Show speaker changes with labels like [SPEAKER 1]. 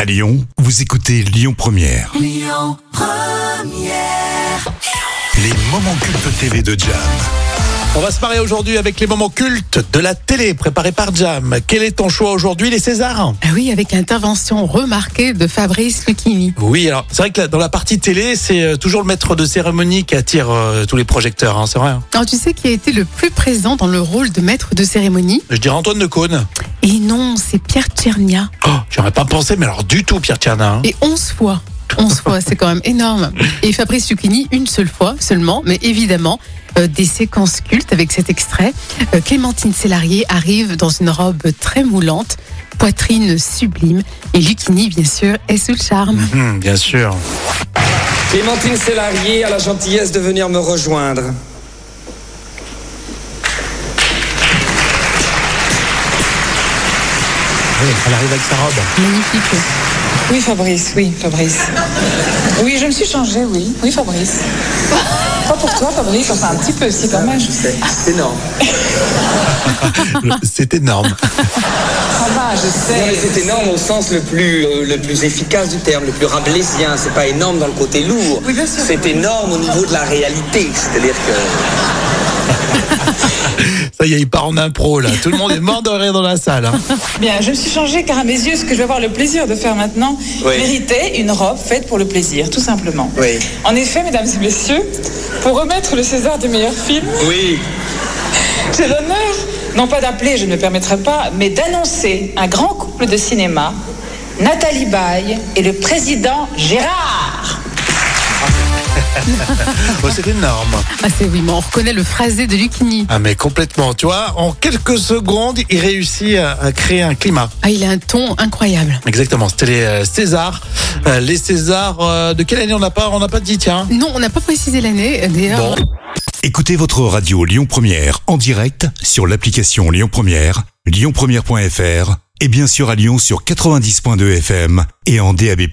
[SPEAKER 1] À Lyon, vous écoutez Lyon Première. Les moments cultes TV de Jam.
[SPEAKER 2] On va se marier aujourd'hui avec les moments cultes de la télé préparés par Jam. Quel est ton choix aujourd'hui, les Césars
[SPEAKER 3] Ah oui, avec l'intervention remarquée de Fabrice Lucchini.
[SPEAKER 2] Oui, alors c'est vrai que là, dans la partie télé, c'est euh, toujours le maître de cérémonie qui attire euh, tous les projecteurs, hein, c'est vrai. hein.
[SPEAKER 3] Alors tu sais qui a été le plus présent dans le rôle de maître de cérémonie
[SPEAKER 2] Je dirais Antoine Decaune.
[SPEAKER 3] Et non, c'est Pierre Tchernia.
[SPEAKER 2] Oh, J'aurais pas pensé, mais alors du tout, Pierre Tchernin. hein.
[SPEAKER 3] Et 11 fois. 11 fois, c'est quand même énorme. Et Fabrice Lucchini, une seule fois seulement, mais évidemment, euh, des séquences cultes avec cet extrait. Euh, Clémentine Sélarié arrive dans une robe très moulante, poitrine sublime, et Lucchini, bien sûr, est sous le charme.
[SPEAKER 2] Hum, bien sûr.
[SPEAKER 4] Clémentine Sélarié a la gentillesse de venir me rejoindre.
[SPEAKER 2] Oui, elle arrive avec sa robe.
[SPEAKER 3] Magnifique.
[SPEAKER 5] Oui, Fabrice, oui, Fabrice. Oui, je me suis changée, oui. Oui, Fabrice. Pas pour toi, Fabrice, enfin un petit peu, c'est pas mal.
[SPEAKER 2] Le- C'est énorme.
[SPEAKER 5] Ça va, je
[SPEAKER 4] Non, mais
[SPEAKER 5] sais.
[SPEAKER 4] c'est énorme au sens le plus, euh, le plus efficace du terme, le plus rabelaisien. C'est pas énorme dans le côté lourd.
[SPEAKER 5] Oui, bien sûr.
[SPEAKER 4] C'est énorme au niveau de la réalité. C'est-à-dire que.
[SPEAKER 2] Ça y est, il part en impro là. Tout le monde est mort de rire dans la salle. hein.
[SPEAKER 5] Bien, je me suis changée car à mes yeux, ce que je vais avoir le plaisir de faire maintenant
[SPEAKER 4] Oui.
[SPEAKER 5] méritait une robe faite pour le plaisir, tout simplement.
[SPEAKER 4] Oui.
[SPEAKER 5] En effet, mesdames et messieurs, pour remettre le César du meilleur film,
[SPEAKER 4] Oui.
[SPEAKER 5] j'ai l'honneur, non pas d'appeler, je ne le permettrai pas, mais d'annoncer un grand couple de cinéma, Nathalie Baye et le président Gérard.
[SPEAKER 2] Oh, c'est énorme.
[SPEAKER 3] Ah, c'est oui, mais on reconnaît le phrasé de Lucchini.
[SPEAKER 2] Ah mais complètement, tu vois, en quelques secondes, il réussit à, à créer un climat.
[SPEAKER 3] Ah, il a un ton incroyable.
[SPEAKER 2] Exactement, c'était les euh, Césars. Euh, les Césars, euh, de quelle année on n'a pas, on n'a pas dit, tiens.
[SPEAKER 3] Non, on n'a pas précisé l'année. euh, D'ailleurs,
[SPEAKER 2] Bon.
[SPEAKER 1] Écoutez votre radio Lyon Première en direct sur l'application Lyon Première, lyonpremière.fr et bien sûr à Lyon sur 90.2 FM et en DAB+.